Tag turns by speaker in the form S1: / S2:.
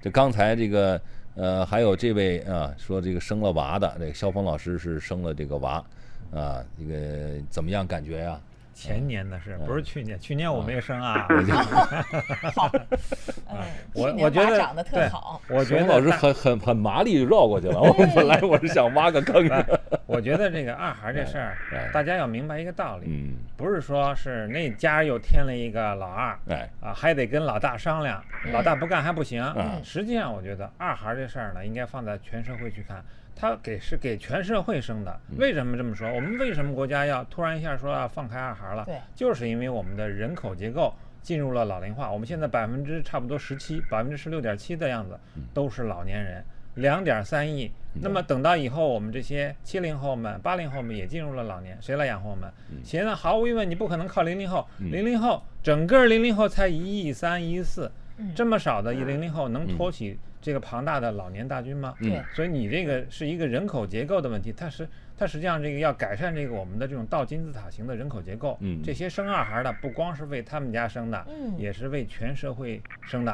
S1: 这刚才这个呃，还有这位啊，说这个生了娃的，这个肖峰老师是生了这个娃啊，这个怎么样感觉呀、
S2: 前年的事，不是去年，去年我没生 啊。
S3: 好，哎，
S2: 我
S3: 去年
S2: 我觉
S3: 娃
S2: 得
S3: 长得特
S2: 对
S3: 好，
S2: 我觉
S1: 熊
S2: 得
S1: 老师
S2: 大
S1: 很很很麻利绕过去了， 我本来我是想挖个坑
S2: 哎
S1: 的。
S2: 我觉得这个二孩这事儿
S1: 哎，
S2: 大家要明白一个道理，
S1: 嗯，
S2: 不是说是那家又添了一个老二
S1: 哎，
S2: 啊，还得跟老大商量，老大不干还不行
S1: 嗯。
S2: 实际上，我觉得二孩这事儿呢，应该放在全社会去看，他给是给全社会生的。为什么这么说？我们为什么国家要突然一下说要放开二孩了？
S3: 对，
S2: 就是因为我们的人口结构进入了老龄化，我们现在百分之差不多十七，百分之十六点七的样子都是老年人，两点三亿。那么等到以后我们这些七零后们、八零后们也进入了老年，谁来养活我们？谁呢？毫无疑问，你不可能靠零零后，零零后整个零零后才一亿三一四
S3: 嗯，
S2: 这么少的零零后能托起这个庞大的老年大军吗？
S3: 对，
S2: 所以你这个是一个人口结构的问题，它是它实际上这个要改善这个我们的这种倒金字塔型的人口结构。
S1: 嗯
S2: 这些生二孩的不光是为他们家生的，
S3: 嗯
S2: 也是为全社会生的。